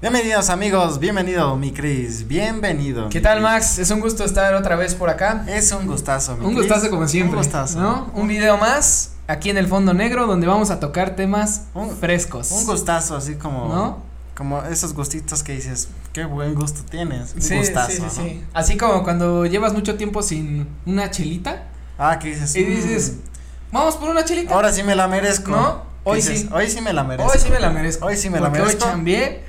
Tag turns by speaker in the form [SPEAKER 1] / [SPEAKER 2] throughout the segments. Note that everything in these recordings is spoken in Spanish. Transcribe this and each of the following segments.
[SPEAKER 1] Bienvenidos amigos, bienvenido mi Cris, bienvenido.
[SPEAKER 2] ¿Qué
[SPEAKER 1] mi
[SPEAKER 2] tal,
[SPEAKER 1] Cris.
[SPEAKER 2] Max? Es un gusto estar otra vez por acá.
[SPEAKER 1] Es un gustazo, mi
[SPEAKER 2] Un
[SPEAKER 1] Cris.
[SPEAKER 2] gustazo como siempre.
[SPEAKER 1] Un gustazo.
[SPEAKER 2] ¿No? Un video más aquí en el fondo negro donde vamos a tocar temas
[SPEAKER 1] Un-
[SPEAKER 2] frescos.
[SPEAKER 1] Un gustazo, así como.
[SPEAKER 2] ¿No?
[SPEAKER 1] Como esos gustitos que dices, qué buen gusto tienes. Un
[SPEAKER 2] Sí,
[SPEAKER 1] gustazo.
[SPEAKER 2] sí, sí,
[SPEAKER 1] ¿no?
[SPEAKER 2] sí. Así como cuando llevas mucho tiempo sin una chelita
[SPEAKER 1] Ah, que dices.
[SPEAKER 2] y dices,
[SPEAKER 1] "Mm,
[SPEAKER 2] vamos por una chelita.
[SPEAKER 1] ahora sí me la merezco.
[SPEAKER 2] ¿No?
[SPEAKER 1] Que
[SPEAKER 2] Hoy
[SPEAKER 1] Ah, dices,
[SPEAKER 2] sí.
[SPEAKER 1] Hoy sí me la merezco.
[SPEAKER 2] hoy sí me la merezco.
[SPEAKER 1] Hoy sí me la
[SPEAKER 2] porque
[SPEAKER 1] merezco.
[SPEAKER 2] Hoy chambié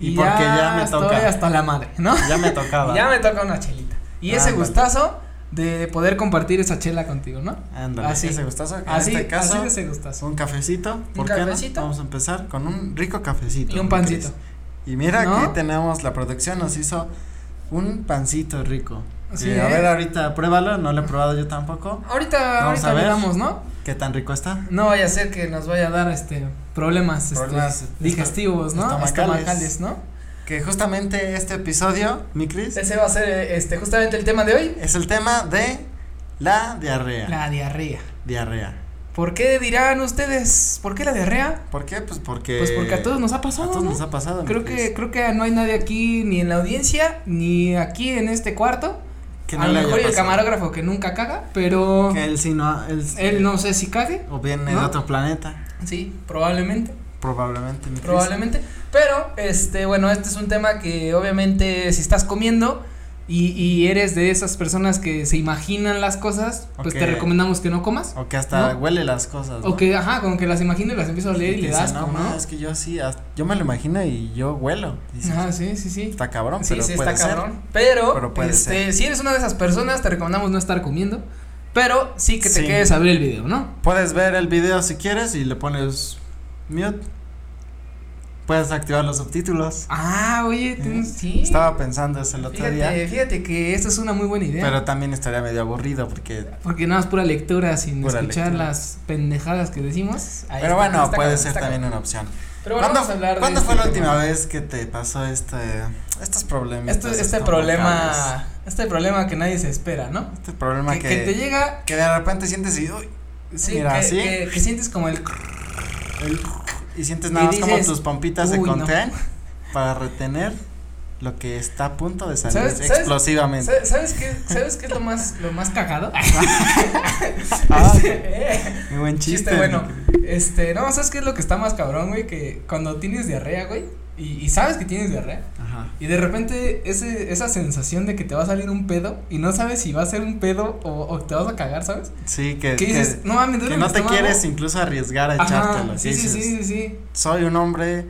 [SPEAKER 1] Y porque ya me
[SPEAKER 2] estoy
[SPEAKER 1] toca. Ah,
[SPEAKER 2] hasta la madre, ¿no?
[SPEAKER 1] Ya me tocaba.
[SPEAKER 2] Y ya me toca una chelita. Y ese
[SPEAKER 1] Ándale.
[SPEAKER 2] gustazo de poder compartir esa chela contigo, ¿no?
[SPEAKER 1] Ándale,
[SPEAKER 2] Así.
[SPEAKER 1] ese gustazo. En
[SPEAKER 2] Así,
[SPEAKER 1] este caso,
[SPEAKER 2] así de ese gustazo.
[SPEAKER 1] un cafecito. ¿Por qué no?
[SPEAKER 2] cafecito.
[SPEAKER 1] Vamos a empezar con un rico cafecito.
[SPEAKER 2] Y un
[SPEAKER 1] mi
[SPEAKER 2] pancito.
[SPEAKER 1] Cris. Y mira,
[SPEAKER 2] ¿No?
[SPEAKER 1] aquí tenemos la producción, nos hizo un pancito rico.
[SPEAKER 2] Sí,
[SPEAKER 1] Que, A
[SPEAKER 2] ¿eh?
[SPEAKER 1] ver, ahorita pruébalo, no lo he probado yo tampoco.
[SPEAKER 2] Ahorita,
[SPEAKER 1] Vamos a
[SPEAKER 2] ahorita le
[SPEAKER 1] ver.
[SPEAKER 2] damos, ¿no?
[SPEAKER 1] ¿Qué tan rico está?
[SPEAKER 2] No vaya a ser que nos vaya a dar este problemas, este,
[SPEAKER 1] Problemas
[SPEAKER 2] digestivos, ¿no?
[SPEAKER 1] estomacales.
[SPEAKER 2] Estomacales, ¿no?
[SPEAKER 1] Que justamente este episodio, mi Cris,
[SPEAKER 2] Ese va a ser eh, este justamente el tema de hoy,
[SPEAKER 1] es el tema de la diarrea.
[SPEAKER 2] la diarrea.
[SPEAKER 1] Diarrea.
[SPEAKER 2] ¿Por qué dirán ustedes? ¿Por qué la diarrea?
[SPEAKER 1] ¿Por qué? Pues porque.
[SPEAKER 2] Pues porque a todos nos ha pasado,
[SPEAKER 1] a todos
[SPEAKER 2] ¿no?
[SPEAKER 1] nos ha pasado. pues. mi
[SPEAKER 2] Creo
[SPEAKER 1] Cris.
[SPEAKER 2] que creo que no hay nadie aquí ni en la audiencia ni aquí en este cuarto.
[SPEAKER 1] Que no
[SPEAKER 2] a lo
[SPEAKER 1] le haya
[SPEAKER 2] mejor y el
[SPEAKER 1] pasado.
[SPEAKER 2] camarógrafo que nunca caga, pero
[SPEAKER 1] Que él sí no. Él,
[SPEAKER 2] él no sé si cague.
[SPEAKER 1] O viene de
[SPEAKER 2] ¿no?
[SPEAKER 1] otro planeta.
[SPEAKER 2] Sí, probablemente.
[SPEAKER 1] Probablemente, mi Cris.
[SPEAKER 2] Probablemente. Pero, este, bueno, este es un tema que obviamente si estás comiendo y, y eres de esas personas que se imaginan las cosas, pues
[SPEAKER 1] Ok.
[SPEAKER 2] te recomendamos que no comas.
[SPEAKER 1] O que hasta
[SPEAKER 2] ¿No?
[SPEAKER 1] huele las cosas.
[SPEAKER 2] O que, ajá, como que las imagino y las empiezo a
[SPEAKER 1] ¿no?
[SPEAKER 2] leer
[SPEAKER 1] Y
[SPEAKER 2] y le
[SPEAKER 1] dice,
[SPEAKER 2] das
[SPEAKER 1] no,
[SPEAKER 2] como,
[SPEAKER 1] ma,
[SPEAKER 2] ¿no?
[SPEAKER 1] es que yo así, hasta- yo me lo imagino y yo huelo. Dices,
[SPEAKER 2] Ajá, sí, sí, sí.
[SPEAKER 1] Está cabrón,
[SPEAKER 2] Sí,
[SPEAKER 1] pero
[SPEAKER 2] sí,
[SPEAKER 1] puede
[SPEAKER 2] está
[SPEAKER 1] ser.
[SPEAKER 2] cabrón. Pero,
[SPEAKER 1] Pero puede
[SPEAKER 2] este, si eres una de esas personas, te recomendamos no estar comiendo. Pero sí que te
[SPEAKER 1] Sí.
[SPEAKER 2] quedes a ver el video, ¿no?
[SPEAKER 1] Puedes ver el video si quieres y le pones mute. Puedes activar los subtítulos. Eh,
[SPEAKER 2] Ah, oye, tienes- sí.
[SPEAKER 1] Estaba pensando eso el otro
[SPEAKER 2] fíjate,
[SPEAKER 1] día,
[SPEAKER 2] fíjate que esta es una muy buena idea.
[SPEAKER 1] pero también estaría medio aburrido porque
[SPEAKER 2] Porque nada más pura lectura sin
[SPEAKER 1] Pura
[SPEAKER 2] escuchar
[SPEAKER 1] lectura.
[SPEAKER 2] las pendejadas que decimos. Ahí
[SPEAKER 1] pero
[SPEAKER 2] está,
[SPEAKER 1] bueno,
[SPEAKER 2] está
[SPEAKER 1] puede
[SPEAKER 2] cabrón,
[SPEAKER 1] ser
[SPEAKER 2] está
[SPEAKER 1] también
[SPEAKER 2] cabrón.
[SPEAKER 1] una opción.
[SPEAKER 2] Pero bueno,
[SPEAKER 1] ¿Cuándo,
[SPEAKER 2] vamos a hablar de
[SPEAKER 1] cuándo
[SPEAKER 2] este
[SPEAKER 1] fue la última
[SPEAKER 2] tema.
[SPEAKER 1] vez que te pasó este estos problemas?
[SPEAKER 2] Este, este problema, este problema que nadie se espera, ¿no?
[SPEAKER 1] este problema
[SPEAKER 2] Que,
[SPEAKER 1] que,
[SPEAKER 2] que te llega,
[SPEAKER 1] que de repente sientes y uy,
[SPEAKER 2] sí,
[SPEAKER 1] mira,
[SPEAKER 2] que,
[SPEAKER 1] así
[SPEAKER 2] que- que sientes como el crrr,
[SPEAKER 1] el- y sientes nada
[SPEAKER 2] Y
[SPEAKER 1] más como
[SPEAKER 2] dices,
[SPEAKER 1] tus pompitas se
[SPEAKER 2] "Uy, no".
[SPEAKER 1] contraen para retener lo que está a punto de salir
[SPEAKER 2] ¿Sabes- sabes-
[SPEAKER 1] explosivamente.
[SPEAKER 2] ¿sabes- ¿Sabes qué? ¿Sabes qué es lo más lo más cagado?
[SPEAKER 1] Ah,
[SPEAKER 2] Este, eh,
[SPEAKER 1] Muy buen chiste.
[SPEAKER 2] chiste bueno. Este, no, ¿sabes qué es lo que está más cabrón, güey? Que cuando tienes diarrea, güey, y- y sabes que tienes diarrea,
[SPEAKER 1] Ajá.
[SPEAKER 2] Y de repente ese, esa sensación de que te va a salir un pedo y no sabes si va a ser un pedo o, o te vas a cagar, ¿sabes?
[SPEAKER 1] Sí, que,
[SPEAKER 2] Que
[SPEAKER 1] que-
[SPEAKER 2] dices, no mames,
[SPEAKER 1] que
[SPEAKER 2] duele mi
[SPEAKER 1] no te
[SPEAKER 2] estómago".
[SPEAKER 1] quieres incluso arriesgar a
[SPEAKER 2] Ajá,
[SPEAKER 1] echártelo.
[SPEAKER 2] Sí,
[SPEAKER 1] que
[SPEAKER 2] sí,
[SPEAKER 1] dices,
[SPEAKER 2] sí, sí, sí.
[SPEAKER 1] Soy un hombre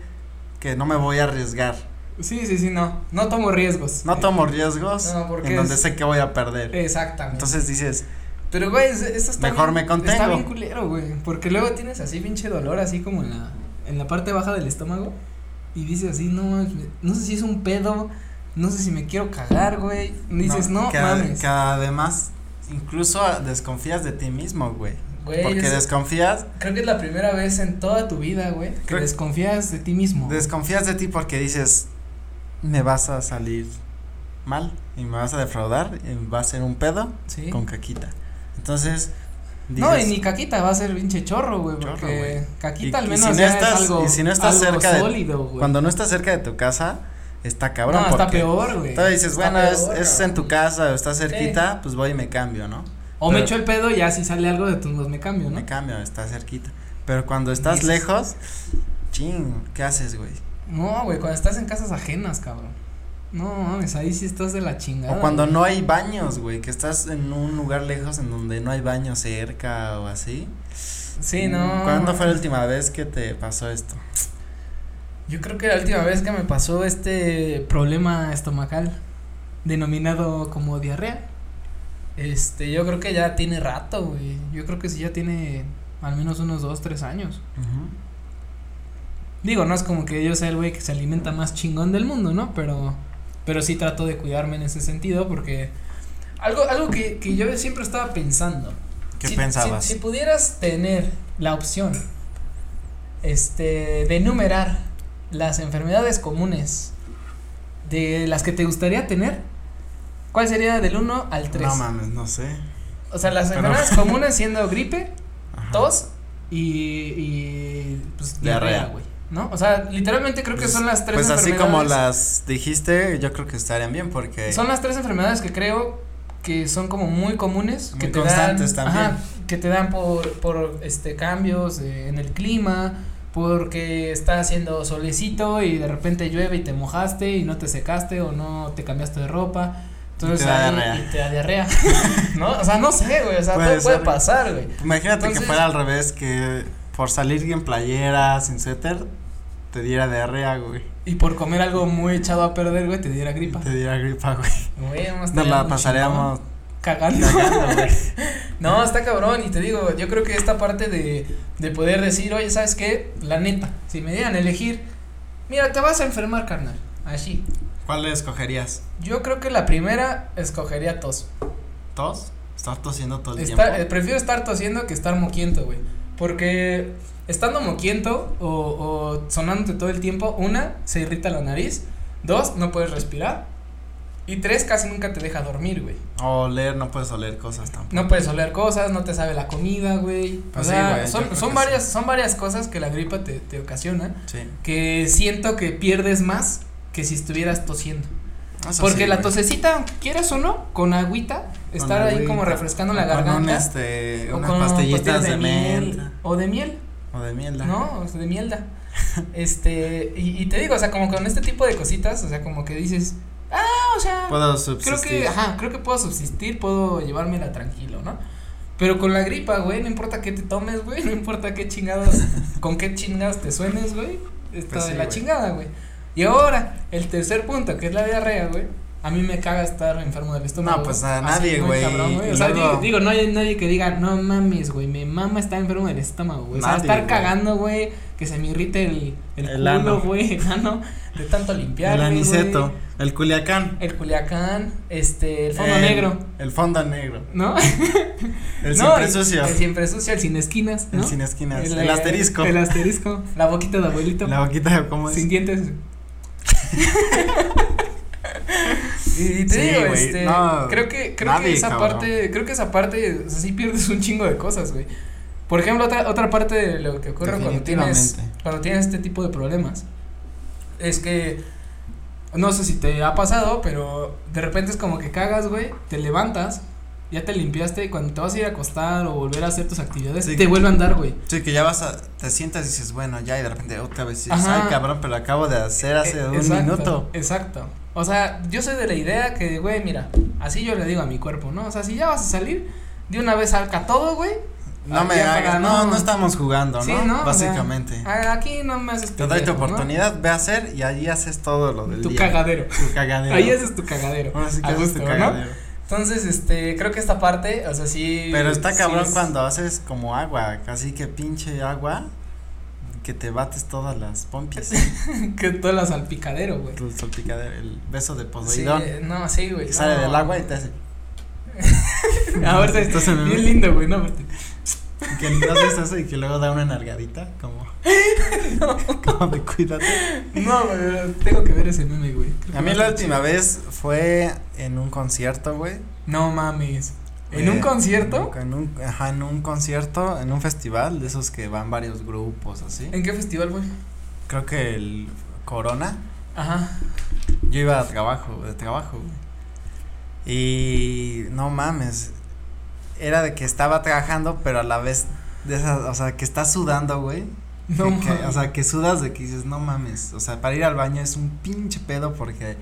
[SPEAKER 1] que no me voy a arriesgar.
[SPEAKER 2] Sí, sí, sí, no. No tomo riesgos.
[SPEAKER 1] No
[SPEAKER 2] Eh,
[SPEAKER 1] tomo riesgos
[SPEAKER 2] no, porque
[SPEAKER 1] en donde
[SPEAKER 2] es- Eh,
[SPEAKER 1] sé que voy a perder.
[SPEAKER 2] Exactamente.
[SPEAKER 1] Entonces dices,
[SPEAKER 2] Pero, güey, es- eso está.
[SPEAKER 1] Mejor
[SPEAKER 2] bien-
[SPEAKER 1] me contengo.
[SPEAKER 2] Está bien culero, güey. Porque luego tienes así pinche dolor, así como en la, en la parte baja del estómago. Y dices así, no, mames, me- no sé si es un pedo. No sé si me quiero cagar, güey. Y Dices, no,
[SPEAKER 1] que, a-
[SPEAKER 2] mames.
[SPEAKER 1] que además incluso desconfías de ti mismo, güey.
[SPEAKER 2] Güey,
[SPEAKER 1] Porque
[SPEAKER 2] es-
[SPEAKER 1] desconfías,
[SPEAKER 2] Creo que es la primera vez en toda tu vida, güey, que
[SPEAKER 1] Creo-
[SPEAKER 2] desconfías de ti mismo.
[SPEAKER 1] desconfías de ti porque dices, me vas a salir mal y me vas a defraudar y va a ser un pedo
[SPEAKER 2] Sí.
[SPEAKER 1] con caquita. Entonces,
[SPEAKER 2] No, y
[SPEAKER 1] dices,
[SPEAKER 2] ni Caquita va a ser pinche chorro, güey,
[SPEAKER 1] Chorro,
[SPEAKER 2] porque
[SPEAKER 1] güey.
[SPEAKER 2] Caquita
[SPEAKER 1] Y-
[SPEAKER 2] al
[SPEAKER 1] y
[SPEAKER 2] menos
[SPEAKER 1] si no
[SPEAKER 2] ya
[SPEAKER 1] estás-
[SPEAKER 2] es algo,
[SPEAKER 1] y si no estás
[SPEAKER 2] algo
[SPEAKER 1] cerca de-
[SPEAKER 2] sólido, güey.
[SPEAKER 1] Cuando no estás cerca de tu casa, está cabrón.
[SPEAKER 2] No, está
[SPEAKER 1] porque
[SPEAKER 2] peor, güey.
[SPEAKER 1] Todavía dices,
[SPEAKER 2] Está
[SPEAKER 1] bueno, es,
[SPEAKER 2] peor,
[SPEAKER 1] es
[SPEAKER 2] cabrón.
[SPEAKER 1] en tu casa o está cerquita, pues voy y me cambio, ¿no?
[SPEAKER 2] O me
[SPEAKER 1] pero-
[SPEAKER 2] echo el pedo y ya si sale algo de tus dos me cambio, ¿no?
[SPEAKER 1] Me cambio, está cerquita. Pero cuando estás
[SPEAKER 2] Dices-
[SPEAKER 1] lejos, ching, ¿qué haces, güey?
[SPEAKER 2] No, güey, cuando estás en casas ajenas, cabrón. No, mames, ahí sí estás de la chingada.
[SPEAKER 1] O cuando
[SPEAKER 2] güey.
[SPEAKER 1] no hay baños, güey, que estás en un lugar lejos en donde no hay baño cerca o así.
[SPEAKER 2] Sí, no.
[SPEAKER 1] Mm, ¿Cuándo fue la última vez que te pasó esto?
[SPEAKER 2] Yo creo que la última vez que me pasó este problema estomacal, denominado como diarrea, este, yo creo que ya tiene rato, güey. Yo creo que sí ya tiene al menos unos dos, tres años. Digo, no es como que yo sea el güey que se alimenta más chingón del mundo, ¿no? Pero, pero sí trato de cuidarme en ese sentido porque algo, algo que, que yo siempre estaba pensando.
[SPEAKER 1] ¿Qué
[SPEAKER 2] Si-
[SPEAKER 1] pensabas?
[SPEAKER 2] Si, si pudieras tener la opción, este, de enumerar las enfermedades comunes de las que te gustaría tener, ¿cuál sería del 1 al 3?
[SPEAKER 1] no mames, no sé.
[SPEAKER 2] o sea, las
[SPEAKER 1] pero-
[SPEAKER 2] enfermedades comunes siendo gripe,
[SPEAKER 1] Ajá.
[SPEAKER 2] tos y, y pues,
[SPEAKER 1] Diarrea.
[SPEAKER 2] diarrea, güey. ¿No? O sea, literalmente creo que
[SPEAKER 1] Pues-
[SPEAKER 2] son las tres
[SPEAKER 1] Pues así como
[SPEAKER 2] enfermedades-
[SPEAKER 1] las dijiste, yo creo que estarían bien porque
[SPEAKER 2] Son las tres enfermedades que creo que son como muy comunes.
[SPEAKER 1] Muy
[SPEAKER 2] que te
[SPEAKER 1] constantes
[SPEAKER 2] dan,
[SPEAKER 1] también.
[SPEAKER 2] ajá, que te dan por, por este cambios eh, en el clima, porque está haciendo solecito y de repente llueve y te mojaste y no te secaste o no te cambiaste de ropa.
[SPEAKER 1] te
[SPEAKER 2] Entonces
[SPEAKER 1] da
[SPEAKER 2] ahí-
[SPEAKER 1] diarrea.
[SPEAKER 2] y te da diarrea. ¿No? O sea, no sé, güey. O sea,
[SPEAKER 1] Puede
[SPEAKER 2] todo puede
[SPEAKER 1] ser.
[SPEAKER 2] pasar, güey.
[SPEAKER 1] imagínate que
[SPEAKER 2] Entonces-
[SPEAKER 1] fuera al revés, que por salir en playera, sin suéter, te diera diarrea, güey.
[SPEAKER 2] Y por comer algo muy echado a perder, güey, te diera
[SPEAKER 1] Y
[SPEAKER 2] gripa.
[SPEAKER 1] Te diera gripa, güey.
[SPEAKER 2] Güey, no
[SPEAKER 1] Nos
[SPEAKER 2] estaría
[SPEAKER 1] la
[SPEAKER 2] muy
[SPEAKER 1] pasaríamos
[SPEAKER 2] chingón. Cagando.
[SPEAKER 1] cagando, güey.
[SPEAKER 2] No, está cabrón, y te digo, yo creo que esta parte de, de poder decir, oye, ¿sabes qué? La neta, si me dieran a elegir, mira, te vas a enfermar, carnal, así.
[SPEAKER 1] ¿Cuál le escogerías?
[SPEAKER 2] Yo creo que la primera escogería tos.
[SPEAKER 1] ¿Tos? ¿Estar tosiendo todo el
[SPEAKER 2] Estar- eh,
[SPEAKER 1] tiempo?
[SPEAKER 2] prefiero estar tosiendo que estar moquiento, güey. Porque estando moquiento o, o sonándote todo el tiempo, una, se irrita la nariz, dos, no puedes respirar, y tres, casi nunca te deja dormir, güey.
[SPEAKER 1] O oler, no puedes oler cosas tampoco.
[SPEAKER 2] No puedes oler cosas, no te sabe la comida, güey.
[SPEAKER 1] Pues
[SPEAKER 2] o
[SPEAKER 1] sí,
[SPEAKER 2] sea,
[SPEAKER 1] güey, yo
[SPEAKER 2] son,
[SPEAKER 1] creo
[SPEAKER 2] son
[SPEAKER 1] que
[SPEAKER 2] varias, son varias cosas que la gripa te, te ocasiona
[SPEAKER 1] Sí.
[SPEAKER 2] que siento que pierdes más que si estuvieras tosiendo.
[SPEAKER 1] Eso
[SPEAKER 2] Porque
[SPEAKER 1] Ah, sí,
[SPEAKER 2] la
[SPEAKER 1] güey.
[SPEAKER 2] tosecita, aunque quieras o no, con agüita,
[SPEAKER 1] Con
[SPEAKER 2] estar ahí
[SPEAKER 1] agüita,
[SPEAKER 2] como refrescando la
[SPEAKER 1] o Con un,
[SPEAKER 2] garganta.
[SPEAKER 1] este,
[SPEAKER 2] o
[SPEAKER 1] unas
[SPEAKER 2] con
[SPEAKER 1] pastillitas
[SPEAKER 2] pastillas
[SPEAKER 1] de,
[SPEAKER 2] miel,
[SPEAKER 1] menta
[SPEAKER 2] O de miel,
[SPEAKER 1] o de miel.
[SPEAKER 2] ¿no? O sea, de mielda. este, y, y te digo, o sea, como con este tipo de cositas, o sea, como que dices, ah, o sea.
[SPEAKER 1] Puedo
[SPEAKER 2] Creo
[SPEAKER 1] subsistir.
[SPEAKER 2] que, ajá, creo que puedo subsistir, puedo llevármela tranquilo, ¿no? Pero con la gripa, güey, no importa qué te tomes, güey, no importa qué chingados, con qué chingados te suenes, güey, está
[SPEAKER 1] Pues sí,
[SPEAKER 2] de la
[SPEAKER 1] güey.
[SPEAKER 2] chingada, güey. Y ahora, el tercer punto, que es la diarrea, güey, a mí me caga estar enfermo del estómago.
[SPEAKER 1] No, pues, a
[SPEAKER 2] así,
[SPEAKER 1] nadie,
[SPEAKER 2] muy
[SPEAKER 1] güey,
[SPEAKER 2] cabrón,
[SPEAKER 1] y
[SPEAKER 2] O sea,
[SPEAKER 1] luego-
[SPEAKER 2] digo, digo, no hay nadie que diga, no mames, güey, mi mamá está enfermo del estómago, güey. O sea,
[SPEAKER 1] Nadie,
[SPEAKER 2] estar
[SPEAKER 1] güey.
[SPEAKER 2] cagando, güey, que se me irrite el, el,
[SPEAKER 1] El
[SPEAKER 2] culo,
[SPEAKER 1] ano.
[SPEAKER 2] güey, el ano, de tanto limpiar,
[SPEAKER 1] El aniceto, el culiacán.
[SPEAKER 2] el Culiacán, este, el fondo
[SPEAKER 1] El-
[SPEAKER 2] negro,
[SPEAKER 1] El fondo negro.
[SPEAKER 2] ¿no?
[SPEAKER 1] El
[SPEAKER 2] No,
[SPEAKER 1] siempre
[SPEAKER 2] y-
[SPEAKER 1] sucio.
[SPEAKER 2] El siempre sucio, el sin esquinas,
[SPEAKER 1] El
[SPEAKER 2] ¿no?
[SPEAKER 1] sin esquinas. El,
[SPEAKER 2] eh,
[SPEAKER 1] asterisco.
[SPEAKER 2] El asterisco, la boquita de abuelito,
[SPEAKER 1] La boquita, ¿cómo es?
[SPEAKER 2] sin dientes. y te
[SPEAKER 1] Sí,
[SPEAKER 2] digo,
[SPEAKER 1] güey,
[SPEAKER 2] este,
[SPEAKER 1] no,
[SPEAKER 2] creo que creo
[SPEAKER 1] nadie,
[SPEAKER 2] que esa
[SPEAKER 1] cabrón.
[SPEAKER 2] parte, creo que esa parte o sea, sí pierdes un chingo de cosas, güey. Por ejemplo, otra otra parte de lo que ocurre cuando tienes
[SPEAKER 1] Definitivamente.
[SPEAKER 2] cuando tienes este tipo de problemas es que no sé si te ha pasado, pero de repente es como que cagas, güey, te levantas, ya te limpiaste y cuando te vas a ir a acostar o volver a hacer tus actividades,
[SPEAKER 1] Sí.
[SPEAKER 2] te vuelve a andar, güey.
[SPEAKER 1] Sí, que ya vas a. Te sientas y dices, bueno, ya, y de repente otra vez dices,
[SPEAKER 2] Ajá.
[SPEAKER 1] ay, cabrón, pero acabo de hacer hace
[SPEAKER 2] Eh,
[SPEAKER 1] un
[SPEAKER 2] exacto,
[SPEAKER 1] minuto.
[SPEAKER 2] Exacto. O sea, yo soy de la idea que, güey, mira, así yo le digo a mi cuerpo, ¿no? O sea, si ya vas a salir, de una vez saca todo, güey.
[SPEAKER 1] No
[SPEAKER 2] Ay,
[SPEAKER 1] me
[SPEAKER 2] ya, para
[SPEAKER 1] hagas. No,
[SPEAKER 2] no-
[SPEAKER 1] no estamos jugando, ¿no?
[SPEAKER 2] Sí, ¿no? O sea,
[SPEAKER 1] Básicamente.
[SPEAKER 2] a- Aquí no me haces
[SPEAKER 1] te doy tu
[SPEAKER 2] pendejo, ¿no?
[SPEAKER 1] oportunidad, ve a hacer y ahí haces todo lo del
[SPEAKER 2] Tu
[SPEAKER 1] día.
[SPEAKER 2] cagadero.
[SPEAKER 1] Tu cagadero.
[SPEAKER 2] Ahí haces tu cagadero.
[SPEAKER 1] Ahora sí que
[SPEAKER 2] A
[SPEAKER 1] haces tu
[SPEAKER 2] gusto, ¿no?
[SPEAKER 1] cagadero.
[SPEAKER 2] Entonces, este, creo que esta parte, o sea, sí.
[SPEAKER 1] Pero está
[SPEAKER 2] sí
[SPEAKER 1] cabrón
[SPEAKER 2] es-
[SPEAKER 1] cuando haces como agua, así que pinche agua que te bates todas las pompias.
[SPEAKER 2] Que todo la salpicadero, güey.
[SPEAKER 1] el salpicadero, el beso de
[SPEAKER 2] Sí,
[SPEAKER 1] Poseidón Pues, que
[SPEAKER 2] no, sí, güey. no.
[SPEAKER 1] sale del agua y te hace.
[SPEAKER 2] Ahorita,
[SPEAKER 1] Estás en el-
[SPEAKER 2] bien lindo, güey, no, aparte.
[SPEAKER 1] Que no haces eso y que luego da una nalgadita, como. como de cuídate.
[SPEAKER 2] No, güey, tengo que ver ese meme, güey. Creo que
[SPEAKER 1] A mí
[SPEAKER 2] va
[SPEAKER 1] la
[SPEAKER 2] estar
[SPEAKER 1] última vez fue en un concierto, güey.
[SPEAKER 2] chido. No mames. ¿En
[SPEAKER 1] Eh,
[SPEAKER 2] un concierto?
[SPEAKER 1] En un, ajá, en un concierto, en un festival de esos que van varios grupos así.
[SPEAKER 2] ¿En qué festival, güey?
[SPEAKER 1] Creo que el Corona.
[SPEAKER 2] Ajá.
[SPEAKER 1] Yo iba a trabajo, de trabajo, güey. Y no mames. Era de que estaba trabajando, pero a la vez de esas, o sea, que estás sudando, güey.
[SPEAKER 2] No
[SPEAKER 1] que- que-
[SPEAKER 2] mames.
[SPEAKER 1] o sea, que sudas de que dices, no mames. O sea, para ir al baño es un pinche pedo porque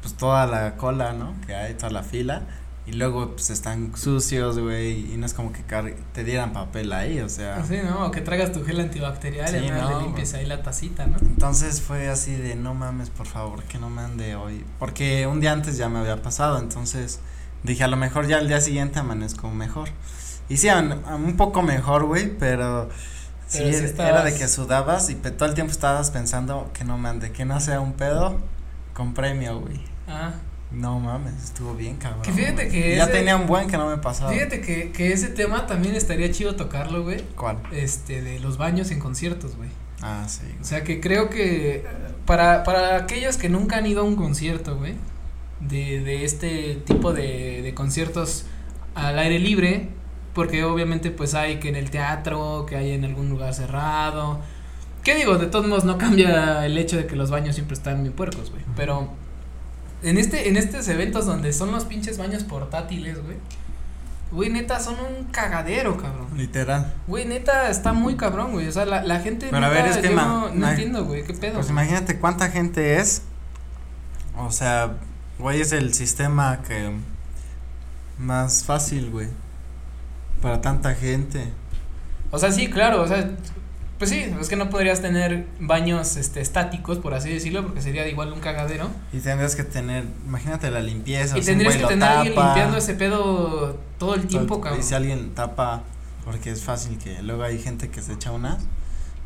[SPEAKER 1] pues toda la cola, ¿no? Que hay toda la fila y luego pues están sucios, güey, y no es como que car- te dieran papel ahí, o sea.
[SPEAKER 2] Sí, ¿no? O que traigas tu gel antibacterial
[SPEAKER 1] Sí,
[SPEAKER 2] y además
[SPEAKER 1] no,
[SPEAKER 2] le limpies
[SPEAKER 1] güey.
[SPEAKER 2] ahí la tacita, ¿no?
[SPEAKER 1] Entonces fue así de no mames, por favor, que no me ande hoy. Porque un día antes ya me había pasado, entonces dije a lo mejor ya al día siguiente amanezco mejor. Y sí, am- am- un poco mejor, güey, pero, sí,
[SPEAKER 2] Pero sí
[SPEAKER 1] era- era
[SPEAKER 2] estabas-
[SPEAKER 1] de que sudabas y pe- todo el tiempo estabas pensando que no me ande, que no sea un pedo con premio, güey.
[SPEAKER 2] Ah.
[SPEAKER 1] No mames, estuvo bien, cabrón.
[SPEAKER 2] Que fíjate
[SPEAKER 1] güey.
[SPEAKER 2] que
[SPEAKER 1] Ya
[SPEAKER 2] ese-
[SPEAKER 1] tenía un buen que no me pasaba.
[SPEAKER 2] Fíjate que, que ese tema también estaría chido tocarlo, güey.
[SPEAKER 1] ¿Cuál?
[SPEAKER 2] Este, de los baños en conciertos, güey.
[SPEAKER 1] Ah, sí. güey.
[SPEAKER 2] O sea que creo que eh, para, para aquellos que nunca han ido a un concierto, güey, de, de este tipo de, de conciertos al aire libre, porque obviamente pues hay que en el teatro, que hay en algún lugar cerrado, ¿Qué digo? De todos modos no cambia el hecho de que los baños siempre están bien puercos, güey. Pero en este, en estos eventos donde son los pinches baños portátiles, güey. Güey, neta, son un cagadero, cabrón.
[SPEAKER 1] Literal.
[SPEAKER 2] Güey, neta, está muy cabrón, güey. O sea, la, la gente.
[SPEAKER 1] Pero a ver,
[SPEAKER 2] neta,
[SPEAKER 1] es que
[SPEAKER 2] yo
[SPEAKER 1] ma-
[SPEAKER 2] no, no
[SPEAKER 1] ma-
[SPEAKER 2] entiendo, güey. ¿Qué pedo?
[SPEAKER 1] Pues imagínate cuánta gente es. O sea, güey, es el sistema que más fácil, güey. Para tanta gente.
[SPEAKER 2] O sea, sí, claro, o sea, pues sí, es que no podrías tener baños este, estáticos, por así decirlo, porque sería igual un cagadero.
[SPEAKER 1] Y tendrías que tener, imagínate la limpieza.
[SPEAKER 2] y
[SPEAKER 1] si un
[SPEAKER 2] tendrías
[SPEAKER 1] güey
[SPEAKER 2] que
[SPEAKER 1] lo
[SPEAKER 2] tener a alguien
[SPEAKER 1] tapa,
[SPEAKER 2] limpiando ese pedo todo el
[SPEAKER 1] todo-
[SPEAKER 2] tiempo, cabrón.
[SPEAKER 1] Y si alguien tapa, porque es fácil que luego hay gente que se echa unas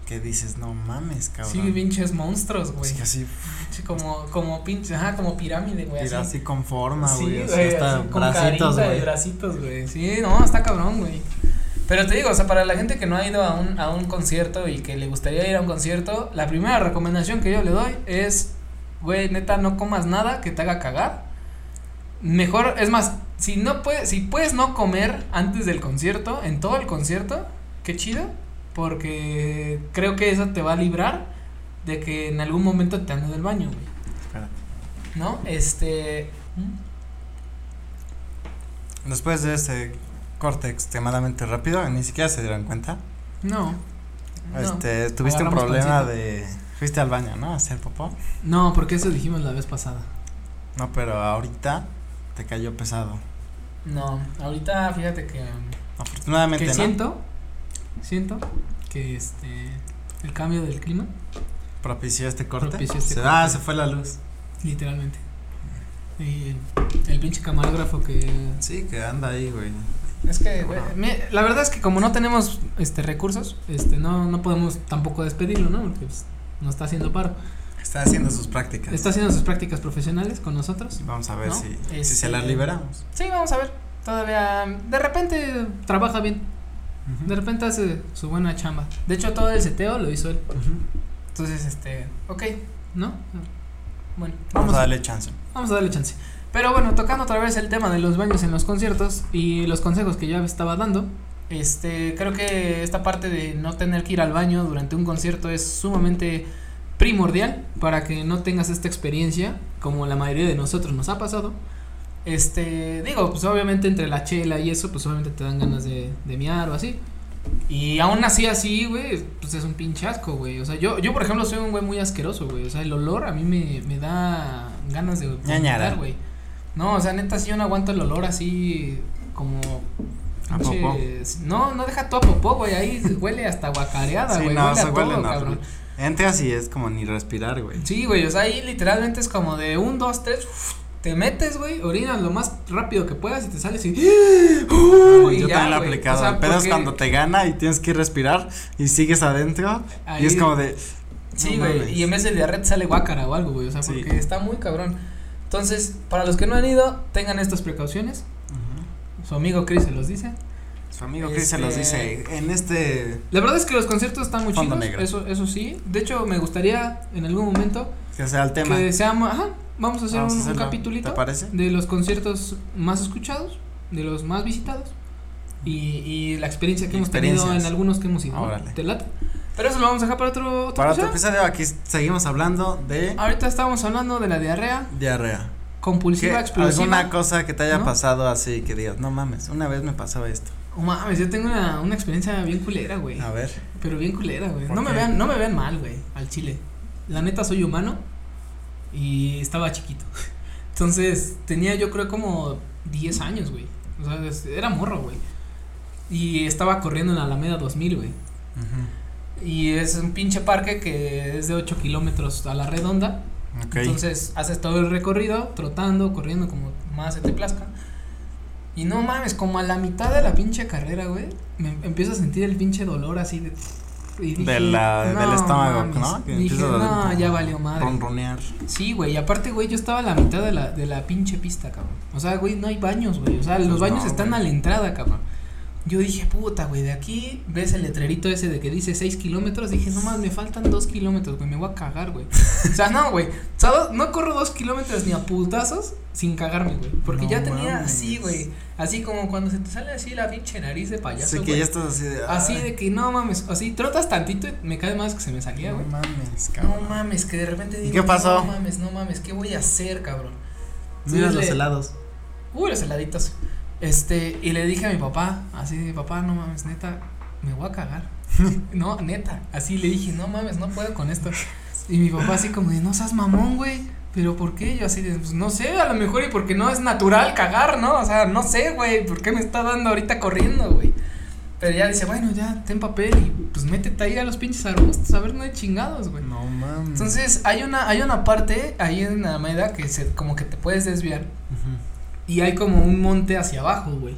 [SPEAKER 1] que dices, no mames, cabrón.
[SPEAKER 2] Sí, pinches monstruos, güey.
[SPEAKER 1] Sí, así,
[SPEAKER 2] Sí, como, como pinche, ajá, como pirámide, güey.
[SPEAKER 1] tira
[SPEAKER 2] así.
[SPEAKER 1] así con forma,
[SPEAKER 2] Sí,
[SPEAKER 1] güey. así
[SPEAKER 2] güey,
[SPEAKER 1] hasta
[SPEAKER 2] así con
[SPEAKER 1] bracitos,
[SPEAKER 2] carita de
[SPEAKER 1] güey.
[SPEAKER 2] bracitos, güey. Sí, no, está cabrón, güey. Pero te digo, o sea, para la gente que no ha ido a un, a un concierto y que le gustaría ir a un concierto, la primera recomendación que yo le doy es, güey, neta, no comas nada que te haga cagar. Mejor, es más, si no puedes, si puedes no comer antes del concierto, en todo el concierto, qué chido, porque creo que eso te va a librar de que en algún momento te andes del baño, güey.
[SPEAKER 1] Espérate.
[SPEAKER 2] ¿No? Este...
[SPEAKER 1] Después de este corte extremadamente rápido, ni siquiera se dieron cuenta.
[SPEAKER 2] No. No.
[SPEAKER 1] Este, tuviste un
[SPEAKER 2] Agarramos
[SPEAKER 1] problema
[SPEAKER 2] pancito.
[SPEAKER 1] de fuiste al baño, ¿no? A hacer popó.
[SPEAKER 2] No, porque eso dijimos la vez pasada.
[SPEAKER 1] No, pero ahorita te cayó pesado.
[SPEAKER 2] No, ahorita fíjate que,
[SPEAKER 1] Afortunadamente
[SPEAKER 2] que
[SPEAKER 1] no,
[SPEAKER 2] siento, siento que este el cambio del clima,
[SPEAKER 1] propició este corte.
[SPEAKER 2] Propició este
[SPEAKER 1] se, Ah,
[SPEAKER 2] corte.
[SPEAKER 1] se fue la luz.
[SPEAKER 2] literalmente. Y el pinche camarógrafo que
[SPEAKER 1] Sí, que anda ahí, güey.
[SPEAKER 2] es que güey, mi- la verdad es que como no tenemos este recursos, este no no podemos tampoco despedirlo, ¿no? Porque pues, no está haciendo paro.
[SPEAKER 1] Está haciendo sus prácticas.
[SPEAKER 2] Está haciendo sus prácticas profesionales con nosotros.
[SPEAKER 1] Vamos a ver
[SPEAKER 2] ¿No?
[SPEAKER 1] si, si
[SPEAKER 2] Este-
[SPEAKER 1] se la liberamos.
[SPEAKER 2] Sí, vamos a ver. Todavía de repente trabaja bien. De repente hace su buena chamba. De hecho, todo el seteo lo hizo él. Entonces, este, ok, ¿no? Bueno,
[SPEAKER 1] Vamos
[SPEAKER 2] vamos,
[SPEAKER 1] a darle chance.
[SPEAKER 2] vamos a darle chance. Pero bueno, tocando otra vez el tema de los baños en los conciertos y los consejos que ya estaba dando, este, creo que esta parte de no tener que ir al baño durante un concierto es sumamente primordial para que no tengas esta experiencia como la mayoría de nosotros nos ha pasado. Este, digo, pues obviamente entre la chela y eso, pues obviamente te dan ganas de, de miar o así. Y aún así, así, güey, pues es un pinche asco, güey. O sea, yo, yo por ejemplo, soy un güey muy asqueroso, güey. O sea, el olor a mí me, me da ganas de vomitar,
[SPEAKER 1] Ñañara.
[SPEAKER 2] güey. No, o sea, neta, sí, yo no aguanto el olor así como...
[SPEAKER 1] ¿A
[SPEAKER 2] pinche-
[SPEAKER 1] popó?
[SPEAKER 2] No, no deja todo a popó, güey. Ahí huele hasta guacareada,
[SPEAKER 1] Sí,
[SPEAKER 2] güey.
[SPEAKER 1] no,
[SPEAKER 2] huele
[SPEAKER 1] se
[SPEAKER 2] a
[SPEAKER 1] huele,
[SPEAKER 2] todo,
[SPEAKER 1] no,
[SPEAKER 2] cabrón.
[SPEAKER 1] Entras y es como ni respirar, güey.
[SPEAKER 2] Sí, güey, o sea, ahí literalmente es como de un, dos, tres, uf, te metes, güey, orinas lo más rápido que puedas y te sales y.
[SPEAKER 1] Yo
[SPEAKER 2] uh, y
[SPEAKER 1] también
[SPEAKER 2] ya,
[SPEAKER 1] lo he
[SPEAKER 2] güey.
[SPEAKER 1] aplicado.
[SPEAKER 2] O sea,
[SPEAKER 1] el pedo es
[SPEAKER 2] porque
[SPEAKER 1] cuando te gana y tienes que respirar y sigues adentro.
[SPEAKER 2] ¡Ah! ahí-
[SPEAKER 1] Y es como de.
[SPEAKER 2] Sí,
[SPEAKER 1] no
[SPEAKER 2] güey,
[SPEAKER 1] mames.
[SPEAKER 2] y en vez de diarrea te sale guácara o algo, güey, o sea,
[SPEAKER 1] Sí.
[SPEAKER 2] porque está muy cabrón. Entonces, para los que no han ido, tengan estas precauciones.
[SPEAKER 1] Ujú.
[SPEAKER 2] Su amigo Chris se los dice.
[SPEAKER 1] Su amigo Chris se los
[SPEAKER 2] Este-
[SPEAKER 1] dice. En este.
[SPEAKER 2] La verdad es que los conciertos están muy
[SPEAKER 1] Fondo
[SPEAKER 2] chidos,
[SPEAKER 1] negro.
[SPEAKER 2] eso, eso sí. De hecho, me gustaría en algún momento
[SPEAKER 1] Que sea el tema.
[SPEAKER 2] que seamos. Ajá, vamos a hacer
[SPEAKER 1] Vamos a
[SPEAKER 2] un, un
[SPEAKER 1] hacerlo,
[SPEAKER 2] capitulito.
[SPEAKER 1] ¿Te parece?
[SPEAKER 2] de los conciertos más escuchados, de los más visitados y, y la experiencia que hemos tenido
[SPEAKER 1] Experiencias.
[SPEAKER 2] en algunos que hemos ido. ¿no?
[SPEAKER 1] Órale.
[SPEAKER 2] ¿Te late? Pero eso lo vamos a dejar para otro, otro
[SPEAKER 1] Para otro
[SPEAKER 2] episodio.
[SPEAKER 1] episodio, aquí seguimos hablando de
[SPEAKER 2] Ahorita estábamos hablando de la diarrea
[SPEAKER 1] diarrea. ¿Qué-
[SPEAKER 2] compulsiva
[SPEAKER 1] ¿Alguna
[SPEAKER 2] explosiva.
[SPEAKER 1] cosa que te haya
[SPEAKER 2] ¿No?
[SPEAKER 1] pasado así que digas, no mames, una vez me pasaba esto?
[SPEAKER 2] Oh, mames, yo tengo una, una experiencia bien culera, güey.
[SPEAKER 1] A ver.
[SPEAKER 2] Pero bien culera, güey.
[SPEAKER 1] ¿Por
[SPEAKER 2] No me
[SPEAKER 1] qué?
[SPEAKER 2] vean, no me vean mal, güey, al chile. La neta soy humano y estaba chiquito. Entonces, tenía yo creo como 10 años, güey. O sea, es- era morro, güey. Y estaba corriendo en la Alameda 2000, güey. Y es un pinche parque que es de 8 kilómetros a la redonda.
[SPEAKER 1] Ok.
[SPEAKER 2] Entonces haces todo el recorrido, trotando, corriendo como más se te plazca. Y no mames, como a la mitad de la pinche carrera, güey, me em- empiezo a sentir el pinche dolor así de. y dije,
[SPEAKER 1] De la- del estómago, ¿no? Que
[SPEAKER 2] Dije,
[SPEAKER 1] empieza a doler
[SPEAKER 2] no,
[SPEAKER 1] como-
[SPEAKER 2] ya valió madre.
[SPEAKER 1] Ronronear.
[SPEAKER 2] Sí, güey, y aparte, güey, yo estaba a la mitad de la, de la pinche pista, cabrón. O sea, güey, no hay baños, güey. O sea, los
[SPEAKER 1] Pues
[SPEAKER 2] baños
[SPEAKER 1] no,
[SPEAKER 2] están
[SPEAKER 1] güey.
[SPEAKER 2] a la entrada, cabrón. Yo dije, puta, güey, de aquí ves el letrerito ese de que dice 6 kilómetros. Dije, no más, me faltan 2 kilómetros, güey, me voy a cagar, güey. o sea, no, güey. O sea, no- no corro 2 kilómetros ni a putazos sin cagarme, güey. Porque
[SPEAKER 1] No
[SPEAKER 2] ya tenía
[SPEAKER 1] mames.
[SPEAKER 2] así, güey. Así como cuando se te sale así la pinche nariz de payaso.
[SPEAKER 1] Así que
[SPEAKER 2] güey.
[SPEAKER 1] ya estás así de.
[SPEAKER 2] Así
[SPEAKER 1] "Ay,
[SPEAKER 2] de que no mames, así trotas tantito y me cae más que se me salía,
[SPEAKER 1] No
[SPEAKER 2] güey.
[SPEAKER 1] mames,
[SPEAKER 2] No
[SPEAKER 1] cabrón.
[SPEAKER 2] mames, que de repente digo,
[SPEAKER 1] qué pasó?
[SPEAKER 2] No mames, no mames, ¿qué voy a hacer, cabrón?
[SPEAKER 1] Mira
[SPEAKER 2] Sí,
[SPEAKER 1] los
[SPEAKER 2] le-
[SPEAKER 1] helados.
[SPEAKER 2] Uy, los heladitos. Este, y le dije a mi papá, así, de, papá, no mames, neta, me voy a cagar. no, neta, así le dije, no mames, no puedo con esto. Y mi papá así como de, no seas mamón, güey, pero ¿por qué? Yo así de, pues no sé, a lo mejor y porque no es natural cagar, ¿no? O sea, no sé, güey, ¿por qué me está dando ahorita corriendo, güey? Pero ya dice, bueno, ya, ten papel y pues métete ahí a los pinches arbustos, a ver, no hay chingados, güey.
[SPEAKER 1] No mames.
[SPEAKER 2] Entonces, hay una, hay una parte ahí en Alameda que se, como que te puedes desviar
[SPEAKER 1] Ujú.
[SPEAKER 2] y hay como un monte hacia abajo, güey.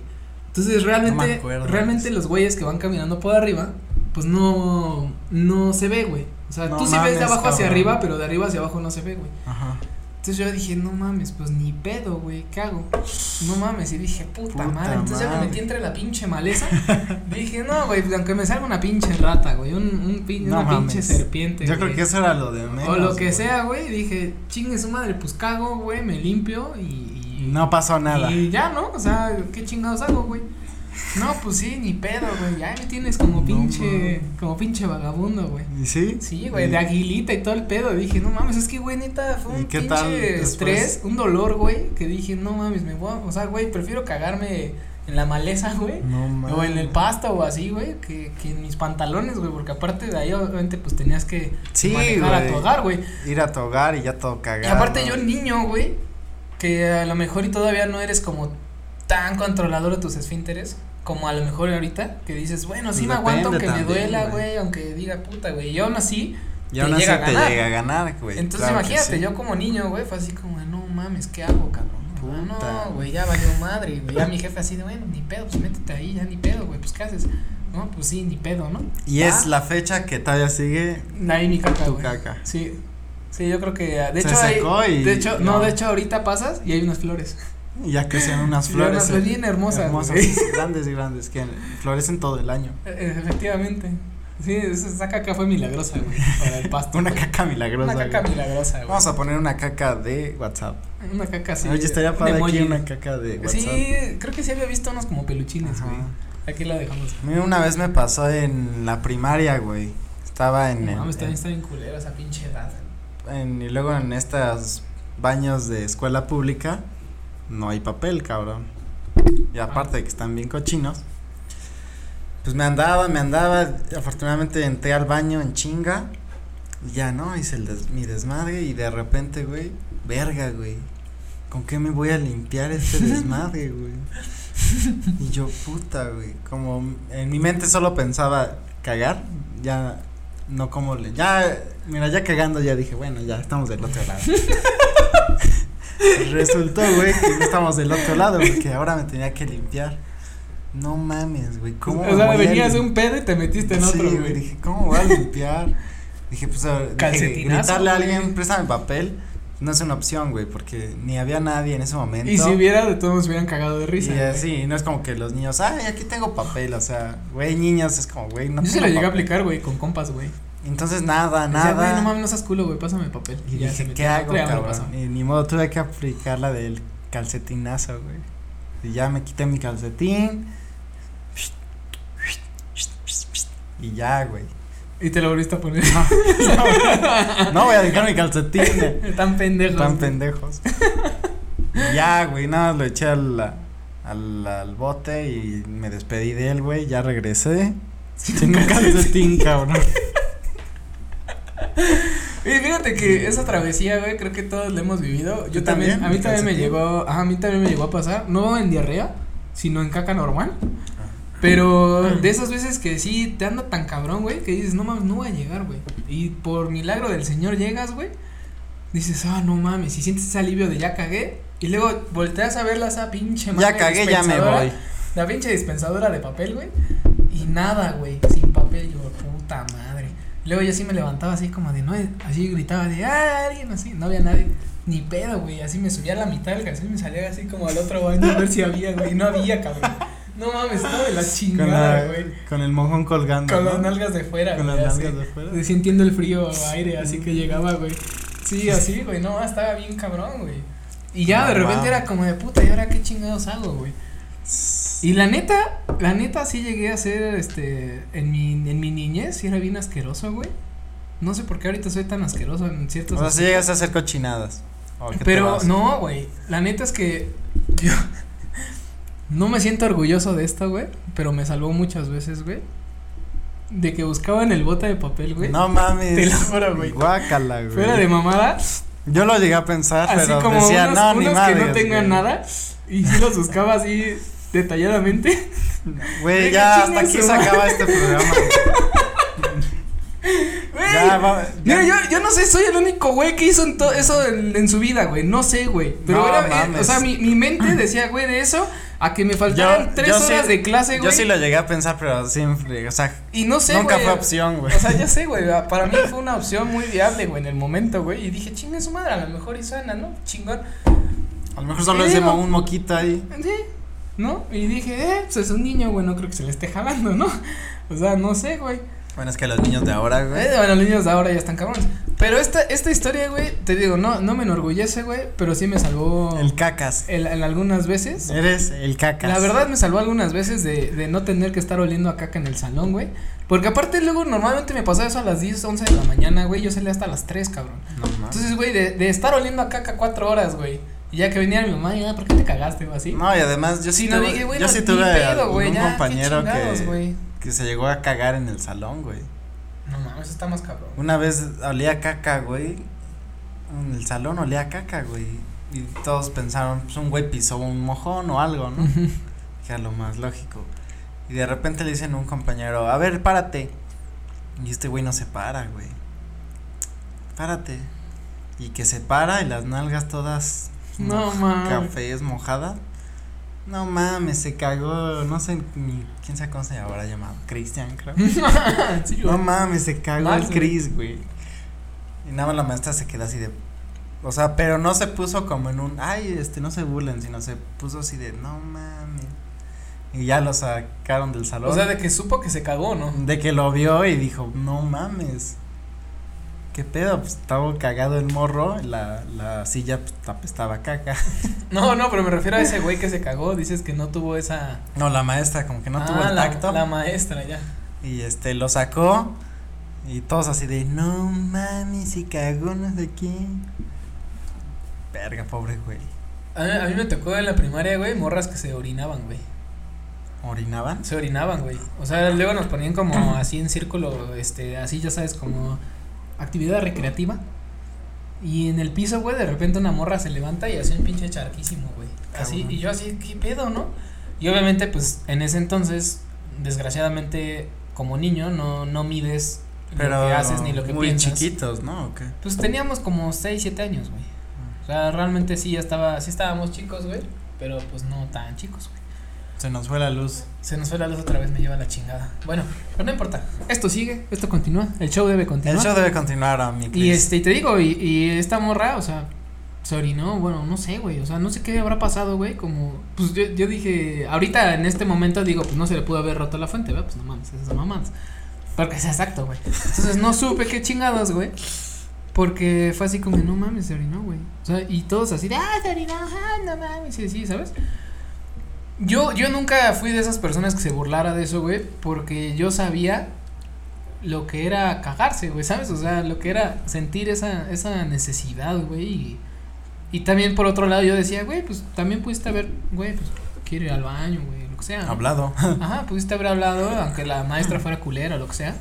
[SPEAKER 2] Entonces
[SPEAKER 1] No me
[SPEAKER 2] realmente,
[SPEAKER 1] acuerdo.
[SPEAKER 2] realmente los güeyes que van caminando por arriba, pues no, no se ve, güey. O sea,
[SPEAKER 1] No
[SPEAKER 2] tú sí ves
[SPEAKER 1] mames,
[SPEAKER 2] de abajo hacia
[SPEAKER 1] cabrón.
[SPEAKER 2] arriba, pero de arriba hacia abajo no se ve, güey.
[SPEAKER 1] Ajá.
[SPEAKER 2] Entonces yo dije, no mames, pues ni pedo, güey, ¿qué hago? No mames, y dije, puta,
[SPEAKER 1] Puta
[SPEAKER 2] madre. Entonces ya me
[SPEAKER 1] madre.
[SPEAKER 2] metí entre la pinche maleza. dije, no, güey, pues, aunque me salga una pinche rata, güey, un, un pin-
[SPEAKER 1] No
[SPEAKER 2] una pinche
[SPEAKER 1] mames.
[SPEAKER 2] serpiente.
[SPEAKER 1] Yo
[SPEAKER 2] güey.
[SPEAKER 1] creo que eso era lo de menos.
[SPEAKER 2] O lo que
[SPEAKER 1] güey.
[SPEAKER 2] sea, güey, dije, chingue su madre, pues cago, güey, me limpio y- y
[SPEAKER 1] No pasó nada.
[SPEAKER 2] y ya, ¿no? O sea, ¿qué chingados hago, güey? No, pues sí, ni pedo, güey. Ya me tienes como
[SPEAKER 1] No
[SPEAKER 2] pinche,
[SPEAKER 1] mames.
[SPEAKER 2] como pinche vagabundo, güey.
[SPEAKER 1] ¿Y sí?
[SPEAKER 2] Sí, güey,
[SPEAKER 1] ¿Y-
[SPEAKER 2] de aguilita y todo el pedo. Dije, no mames, es que, güey, neta, fue
[SPEAKER 1] ¿Y
[SPEAKER 2] un
[SPEAKER 1] qué
[SPEAKER 2] pinche
[SPEAKER 1] tal después?
[SPEAKER 2] estrés, un dolor, güey, que dije, no mames, me voy a, o sea, güey, prefiero cagarme en la maleza, güey.
[SPEAKER 1] No mames.
[SPEAKER 2] O en el pasto o así, güey, que, que en mis pantalones, güey, porque aparte de ahí, obviamente, pues tenías que
[SPEAKER 1] Sí,
[SPEAKER 2] manejar a
[SPEAKER 1] güey.
[SPEAKER 2] tu hogar, güey.
[SPEAKER 1] Ir a tu hogar y ya todo
[SPEAKER 2] Y
[SPEAKER 1] cagado.
[SPEAKER 2] aparte yo niño, güey, que a lo mejor y todavía no eres como tan controlador de tus esfínteres, como a lo mejor ahorita, que dices, bueno, sí me
[SPEAKER 1] Pues Depende
[SPEAKER 2] aguanto aunque me
[SPEAKER 1] también,
[SPEAKER 2] duela,
[SPEAKER 1] güey.
[SPEAKER 2] güey, aunque diga puta, güey, y aún así,
[SPEAKER 1] Y aún
[SPEAKER 2] te
[SPEAKER 1] así
[SPEAKER 2] llega a
[SPEAKER 1] te
[SPEAKER 2] ganar.
[SPEAKER 1] llega a ganar, güey.
[SPEAKER 2] entonces
[SPEAKER 1] Pues claro que
[SPEAKER 2] imagínate,
[SPEAKER 1] sí.
[SPEAKER 2] yo como niño, güey, fue así como, de, no mames, ¿qué hago, cabrón? O sea,
[SPEAKER 1] Puta.
[SPEAKER 2] No, güey, ya valió madre, güey, ya mi jefe así de, bueno, ni pedo, pues métete ahí, ya ni pedo, güey, pues ¿qué haces? No, pues sí, ni pedo, ¿no?
[SPEAKER 1] Y
[SPEAKER 2] Ah.
[SPEAKER 1] es la fecha que todavía sigue
[SPEAKER 2] Ahí mi caca,
[SPEAKER 1] tu
[SPEAKER 2] güey.
[SPEAKER 1] caca.
[SPEAKER 2] Sí. Sí, yo creo que ah, de
[SPEAKER 1] Se
[SPEAKER 2] hecho ahí-
[SPEAKER 1] secó y-
[SPEAKER 2] de hecho
[SPEAKER 1] no.
[SPEAKER 2] no, de hecho ahorita pasas y hay unas flores.
[SPEAKER 1] Y ya crecen unas
[SPEAKER 2] Y
[SPEAKER 1] flores.
[SPEAKER 2] unas flores
[SPEAKER 1] eh,
[SPEAKER 2] bien hermosas, güey.
[SPEAKER 1] Hermosas, grandes, grandes, que florecen todo el año.
[SPEAKER 2] E- Efectivamente. Sí, esa, esa caca fue milagrosa, güey. Para el pasto.
[SPEAKER 1] Una
[SPEAKER 2] güey.
[SPEAKER 1] caca milagrosa.
[SPEAKER 2] Una caca
[SPEAKER 1] güey.
[SPEAKER 2] milagrosa, güey.
[SPEAKER 1] Vamos a poner una caca de WhatsApp.
[SPEAKER 2] Una caca así.
[SPEAKER 1] Oye, estaría
[SPEAKER 2] un
[SPEAKER 1] padre aquí
[SPEAKER 2] emoji.
[SPEAKER 1] una caca de WhatsApp.
[SPEAKER 2] Sí, creo que sí había visto unos como peluchines,
[SPEAKER 1] Ajá.
[SPEAKER 2] güey. Aquí la dejamos.
[SPEAKER 1] A mí una vez me pasó en la primaria, güey. Estaba en,
[SPEAKER 2] No
[SPEAKER 1] el-
[SPEAKER 2] mames, también está bien culera esa pinche edad.
[SPEAKER 1] en- y luego en estos baños de escuela pública no hay papel, cabrón. Y aparte de que están bien cochinos. Pues me andaba, me andaba, afortunadamente entré al baño en chinga. Y ya, ¿no? Hice el des- mi desmadre y de repente, güey, verga, güey. ¿Con qué me voy a limpiar este desmadre, güey? Y yo, puta, güey. Como en mi mente solo pensaba cagar, ya no como le. Ya, mira, ya cagando, ya dije, bueno, ya estamos del otro lado. Resultó, güey, que no estamos del otro lado, porque ahora me tenía que limpiar. No mames, güey. ¿Cómo me
[SPEAKER 2] o sea,
[SPEAKER 1] voy a
[SPEAKER 2] venías de
[SPEAKER 1] lim-
[SPEAKER 2] un pedo y te metiste en otro,
[SPEAKER 1] Sí,
[SPEAKER 2] güey.
[SPEAKER 1] Dije, ¿cómo voy a limpiar? dije, pues, a- dije,
[SPEAKER 2] Calcetinazo,
[SPEAKER 1] gritarle a
[SPEAKER 2] güey.
[SPEAKER 1] alguien, préstame papel. No es una opción, güey, porque ni había nadie en ese momento.
[SPEAKER 2] y si hubiera, de todos nos hubieran cagado de risa.
[SPEAKER 1] Y
[SPEAKER 2] güey.
[SPEAKER 1] así, no es como que los niños, ay, aquí tengo papel, o sea, güey, niños, es como, güey, no
[SPEAKER 2] Yo se
[SPEAKER 1] tengo
[SPEAKER 2] lo llegué a
[SPEAKER 1] papel.
[SPEAKER 2] aplicar, güey, con compas, güey.
[SPEAKER 1] Entonces, nada,
[SPEAKER 2] Decía,
[SPEAKER 1] nada.
[SPEAKER 2] güey, no mames, no seas culo, güey, pásame el papel.
[SPEAKER 1] y
[SPEAKER 2] ya se
[SPEAKER 1] dije,
[SPEAKER 2] metió
[SPEAKER 1] ¿qué
[SPEAKER 2] en
[SPEAKER 1] hago,
[SPEAKER 2] otro y ya me lo pasó.
[SPEAKER 1] cabrón? Y ni modo, tuve que aplicar la del calcetinazo, güey. Y ya me quité mi calcetín. Y ya, güey.
[SPEAKER 2] Y te lo volviste a poner.
[SPEAKER 1] No, no voy a dejar mi calcetín. eh.
[SPEAKER 2] Tan pendejos.
[SPEAKER 1] Tan
[SPEAKER 2] güey.
[SPEAKER 1] pendejos. Y ya, güey, nada, más lo eché al, al, al bote y me despedí de él, güey. Ya regresé. Sin un calcetín, cabrón.
[SPEAKER 2] Y fíjate que esa travesía, güey, creo que todos la hemos vivido. Yo
[SPEAKER 1] ¿Tú
[SPEAKER 2] también,
[SPEAKER 1] también?
[SPEAKER 2] a mí
[SPEAKER 1] ¿De
[SPEAKER 2] también me
[SPEAKER 1] calcetín?
[SPEAKER 2] llegó, ajá, a mí también me llegó a pasar, no en diarrea, sino en caca normal.
[SPEAKER 1] Ah.
[SPEAKER 2] Pero de esas veces que sí te anda tan cabrón, güey, que dices, no mames, no voy a llegar, güey. Y por milagro del Señor llegas, güey. Dices, ah, no mames, y sientes ese alivio de ya cagué. Y luego volteas a verla esa pinche
[SPEAKER 1] Ya
[SPEAKER 2] madre
[SPEAKER 1] cagué, ya me
[SPEAKER 2] dispensadora,
[SPEAKER 1] voy.
[SPEAKER 2] La pinche dispensadora de papel, güey. Y nada, güey, sin papel, yo, puta madre. Luego yo sí me levantaba así como de no, eh, así gritaba de, ah, alguien así, no había nadie. Ni pedo, güey, así me subía a la mitad del calzón y me salía así como al otro baño a ver si había, güey, no había, cabrón. No mames, estaba de la
[SPEAKER 1] Con,
[SPEAKER 2] chingada,
[SPEAKER 1] la-
[SPEAKER 2] güey.
[SPEAKER 1] con el mojón colgando.
[SPEAKER 2] Con
[SPEAKER 1] ¿no?
[SPEAKER 2] las nalgas de fuera,
[SPEAKER 1] Con
[SPEAKER 2] güey,
[SPEAKER 1] las
[SPEAKER 2] así.
[SPEAKER 1] nalgas de fuera.
[SPEAKER 2] Sí, entiendo el frío aire, así que llegaba, güey. Sí, así, güey, no, estaba bien cabrón, güey. Y ya
[SPEAKER 1] No
[SPEAKER 2] de repente
[SPEAKER 1] mames.
[SPEAKER 2] era como de puta, ¿y ahora qué chingados hago, güey? Y la neta, la neta sí llegué a ser, este, en mi, en mi niñez, sí era bien asqueroso, güey. No sé por qué ahorita soy tan asqueroso en ciertos.
[SPEAKER 1] O sea, si
[SPEAKER 2] aspectos.
[SPEAKER 1] llegas a hacer cochinadas. ¿o qué te
[SPEAKER 2] Pero
[SPEAKER 1] vas?
[SPEAKER 2] no, güey, la neta es que yo no me siento orgulloso de esto, güey, pero me salvó muchas veces, güey. De que buscaba en el bote de papel, güey.
[SPEAKER 1] No mames.
[SPEAKER 2] Te lo juro, güey.
[SPEAKER 1] Guácala, güey.
[SPEAKER 2] Fuera de mamada,
[SPEAKER 1] Yo lo llegué a pensar,
[SPEAKER 2] así
[SPEAKER 1] pero
[SPEAKER 2] como
[SPEAKER 1] decía,
[SPEAKER 2] unos,
[SPEAKER 1] no, ni
[SPEAKER 2] unos que no
[SPEAKER 1] madres,
[SPEAKER 2] tengan
[SPEAKER 1] güey".
[SPEAKER 2] nada y sí los buscaba así detalladamente.
[SPEAKER 1] Güey,
[SPEAKER 2] Venga,
[SPEAKER 1] ya
[SPEAKER 2] chingue
[SPEAKER 1] hasta aquí
[SPEAKER 2] su
[SPEAKER 1] se
[SPEAKER 2] madre.
[SPEAKER 1] acaba este programa.
[SPEAKER 2] Güey,
[SPEAKER 1] Ya, va- ya.
[SPEAKER 2] Mira, yo, yo no sé, soy el único güey que hizo en to- eso en, en su vida, güey. No sé, güey. Pero
[SPEAKER 1] No
[SPEAKER 2] era, eh, o
[SPEAKER 1] mames.
[SPEAKER 2] sea, mi, mi mente decía, güey, de eso a que me faltaran tres
[SPEAKER 1] yo sí-
[SPEAKER 2] horas de clase, güey.
[SPEAKER 1] Yo sí lo llegué a pensar, pero siempre, o sea,
[SPEAKER 2] Y no sé,
[SPEAKER 1] nunca
[SPEAKER 2] güey.
[SPEAKER 1] fue opción, güey.
[SPEAKER 2] O sea, ya sé, güey, para mí fue una opción muy viable, güey, en el momento, güey, y dije, chinga su madre, a lo mejor hizo Ana, ¿no? Chingón.
[SPEAKER 1] a lo mejor solo
[SPEAKER 2] te
[SPEAKER 1] hicimos
[SPEAKER 2] digo.
[SPEAKER 1] un moquito ahí.
[SPEAKER 2] Sí, ¿no? Y dije, eh, pues es un niño, güey, no creo que se le esté jalando, ¿no? O sea, no sé, güey.
[SPEAKER 1] Bueno, es que los niños de ahora,
[SPEAKER 2] Eh,
[SPEAKER 1] güey.
[SPEAKER 2] Bueno, los niños de ahora ya están cabrones. Pero esta, esta historia, güey, te digo, no, no me enorgullece, güey, pero sí me salvó
[SPEAKER 1] El cacas.
[SPEAKER 2] el- en algunas veces.
[SPEAKER 1] Eres el cacas.
[SPEAKER 2] La verdad me salvó algunas veces de, de no tener que estar oliendo a caca en el salón, güey. Porque aparte luego normalmente me pasaba eso a las 10, 11 de la mañana, güey. Yo salía hasta las 3, cabrón.
[SPEAKER 1] No mames.
[SPEAKER 2] Entonces, güey, de, de estar oliendo a caca cuatro horas, güey. Y ya que venía mi mamá, ya, ¿por qué te cagaste o así?
[SPEAKER 1] No, y además yo sí
[SPEAKER 2] no
[SPEAKER 1] tuve,
[SPEAKER 2] dije, güey,
[SPEAKER 1] yo
[SPEAKER 2] no,
[SPEAKER 1] sí
[SPEAKER 2] ni
[SPEAKER 1] tuve
[SPEAKER 2] pedo, güey,
[SPEAKER 1] un
[SPEAKER 2] ya, qué
[SPEAKER 1] compañero
[SPEAKER 2] chingados,
[SPEAKER 1] que,
[SPEAKER 2] güey.
[SPEAKER 1] que se llegó a cagar en el salón, güey.
[SPEAKER 2] No mames, está más cabrón.
[SPEAKER 1] Una vez olía a caca, güey. En el salón olía a caca, güey. Y todos pensaron, pues un güey pisó un mojón o algo, ¿no? que era lo más lógico. Y de repente le dicen a un compañero, a ver, párate. Y este güey no se para, güey. Párate. Y que se para y las nalgas todas
[SPEAKER 2] No
[SPEAKER 1] moj-
[SPEAKER 2] mames.
[SPEAKER 1] cafés mojadas. No mames, se cagó, no sé ni quién se cómo se ahora llamado, Cristian, creo.
[SPEAKER 2] sí, güey.
[SPEAKER 1] No mames, se cagó
[SPEAKER 2] Max,
[SPEAKER 1] el
[SPEAKER 2] güey.
[SPEAKER 1] Chris, güey. Y nada más la maestra se queda así de. O sea, pero no se puso como en un. Ay, este, no se burlen, sino se puso así de. No mames. Y ya lo sacaron del salón. Mm.
[SPEAKER 2] o sea, de que supo que se cagó, ¿no?
[SPEAKER 1] de que lo vio y dijo, no mames. ¿Qué pedo? Pues estaba cagado el morro, la, la silla pues, apestaba caca.
[SPEAKER 2] No, no, pero me refiero a ese güey que se cagó. Dices que no tuvo esa.
[SPEAKER 1] No, la maestra como que no
[SPEAKER 2] Ah,
[SPEAKER 1] tuvo el
[SPEAKER 2] la-
[SPEAKER 1] tacto.
[SPEAKER 2] La maestra, ya.
[SPEAKER 1] Y este lo sacó y todos así de no mames, se cagó no sé qué. Verga, pobre güey.
[SPEAKER 2] A mí, a mí me tocó en la primaria, güey, morras que se orinaban, güey.
[SPEAKER 1] ¿Orinaban?
[SPEAKER 2] Se orinaban, güey. O sea, luego nos ponían como así en círculo, este, así ya sabes, como actividad recreativa. Y en el piso, güey, de repente una morra se levanta y hace un pinche charquísimo, güey. Así,
[SPEAKER 1] Cabrón.
[SPEAKER 2] y yo así, ¿qué pedo, no? Y obviamente, pues, en ese entonces, desgraciadamente, como niño, no, no mides
[SPEAKER 1] Pero
[SPEAKER 2] lo que haces ni lo que
[SPEAKER 1] muy
[SPEAKER 2] piensas.
[SPEAKER 1] chiquitos, ¿no? ¿O qué?
[SPEAKER 2] Pues teníamos como 6, 7 años, güey. O sea, realmente sí, ya estaba, sí estábamos chicos, güey, pero pues no tan chicos, güey.
[SPEAKER 1] Se nos fue la luz.
[SPEAKER 2] Se nos fue la luz otra vez, me lleva la chingada. Bueno, pero no importa. Esto sigue, esto continúa, el show debe continuar.
[SPEAKER 1] El show debe continuar a mi
[SPEAKER 2] y
[SPEAKER 1] Chris.
[SPEAKER 2] este, y te digo, y, y esta morra, o sea, se orinó, bueno, no sé, güey, o sea, no sé qué habrá pasado, güey, como, pues yo, yo dije, ahorita en este momento digo, pues no se le pudo haber roto la fuente, ¿verdad? Pues no mames, esas mamadas. Porque es exacto, güey. Entonces no supe qué chingados, güey. Porque fue así como, de, no mames, se orinó, güey. O sea, y todos así, de, ah, se orinó, ah, no mames, sí, sí, ¿sabes? Yo, yo nunca fui de esas personas que se burlara de eso, güey, porque yo sabía lo que era cagarse, güey, ¿sabes? O sea, lo que era sentir esa, esa necesidad, güey. Y, y también por otro lado yo decía, güey, pues también pudiste haber, güey, pues quiero ir al baño, güey, lo que sea. ¿no?
[SPEAKER 1] Hablado.
[SPEAKER 2] Ajá, pudiste haber hablado, aunque la maestra fuera culera o lo que sea.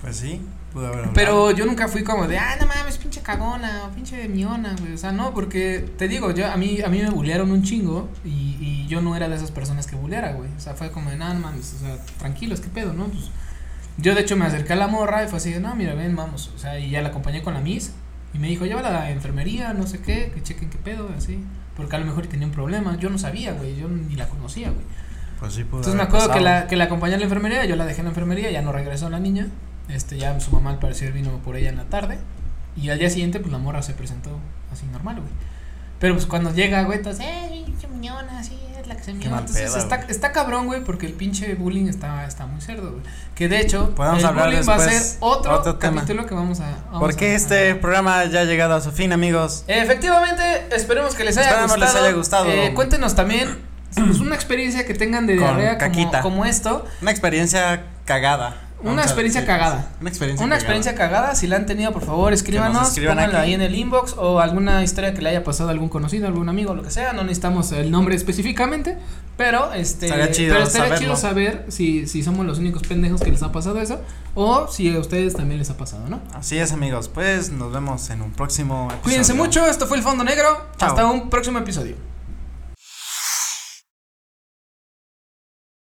[SPEAKER 1] pues sí, pudo haber hablado.
[SPEAKER 2] Pero yo nunca fui como de, ah, no mames, pinche cagona, o pinche miona, güey. O sea, no, porque te digo, yo a mí, a mí me bulearon un chingo y, y yo no era de esas personas que buleara, güey. O sea, fue como de, no, no mames, o sea, tranquilos, qué pedo, ¿no? Pues, yo de hecho me acerqué a la morra y fue así, de, no, mira, ven, vamos. O sea, y ya la acompañé con la Miss y me dijo, llévala a la enfermería, no sé qué, que chequen qué pedo, así. Porque a lo mejor tenía un problema, yo no sabía, güey, yo ni la conocía, güey.
[SPEAKER 1] Pues sí, pudo
[SPEAKER 2] Entonces me
[SPEAKER 1] haber
[SPEAKER 2] acuerdo que
[SPEAKER 1] pasado.
[SPEAKER 2] la, que la acompañé a la enfermería, yo la dejé en la enfermería, ya no regresó la niña. Este, ya su mamá al parecer vino por ella en la tarde. Y al día siguiente, pues la morra se presentó así normal, güey. Pero pues cuando llega, güey, entonces, eh, pinche miñona, así es la que se
[SPEAKER 1] Qué
[SPEAKER 2] mió.
[SPEAKER 1] mal
[SPEAKER 2] Entonces
[SPEAKER 1] pedo,
[SPEAKER 2] está,
[SPEAKER 1] güey.
[SPEAKER 2] está cabrón, güey, porque el pinche bullying está, está muy cerdo, güey. Que de hecho,
[SPEAKER 1] Podemos
[SPEAKER 2] el
[SPEAKER 1] hablar
[SPEAKER 2] bullying va a
[SPEAKER 1] después,
[SPEAKER 2] ser otro,
[SPEAKER 1] otro tema.
[SPEAKER 2] capítulo que vamos a. vamos
[SPEAKER 1] Porque
[SPEAKER 2] a-
[SPEAKER 1] este programa ya ha llegado a su fin, amigos.
[SPEAKER 2] Efectivamente, esperemos que les haya
[SPEAKER 1] Esperamos les
[SPEAKER 2] gustado.
[SPEAKER 1] haya gustado.
[SPEAKER 2] Eh, cuéntenos también pues, una experiencia que tengan de
[SPEAKER 1] Con
[SPEAKER 2] diarrea como,
[SPEAKER 1] caquita.
[SPEAKER 2] como esto.
[SPEAKER 1] Una experiencia cagada.
[SPEAKER 2] Una
[SPEAKER 1] Vamos a
[SPEAKER 2] experiencia
[SPEAKER 1] decir.
[SPEAKER 2] cagada.
[SPEAKER 1] Una experiencia cagada.
[SPEAKER 2] Una experiencia cagada, si la han tenido, por favor, escríbanos,
[SPEAKER 1] escriban
[SPEAKER 2] pónganla
[SPEAKER 1] aquí.
[SPEAKER 2] ahí en el inbox o alguna historia que le haya pasado a algún conocido, algún amigo, lo que sea, no necesitamos el nombre específicamente, pero este
[SPEAKER 1] Estaría chido
[SPEAKER 2] pero estaría
[SPEAKER 1] saberlo.
[SPEAKER 2] chido saber si si somos los únicos pendejos que les ha pasado eso o si a ustedes también les ha pasado, ¿no?
[SPEAKER 1] Así es, amigos. Pues nos vemos en un próximo episodio.
[SPEAKER 2] Cuídense mucho, esto fue el Fondo Negro,
[SPEAKER 1] Chao.
[SPEAKER 2] hasta un próximo episodio.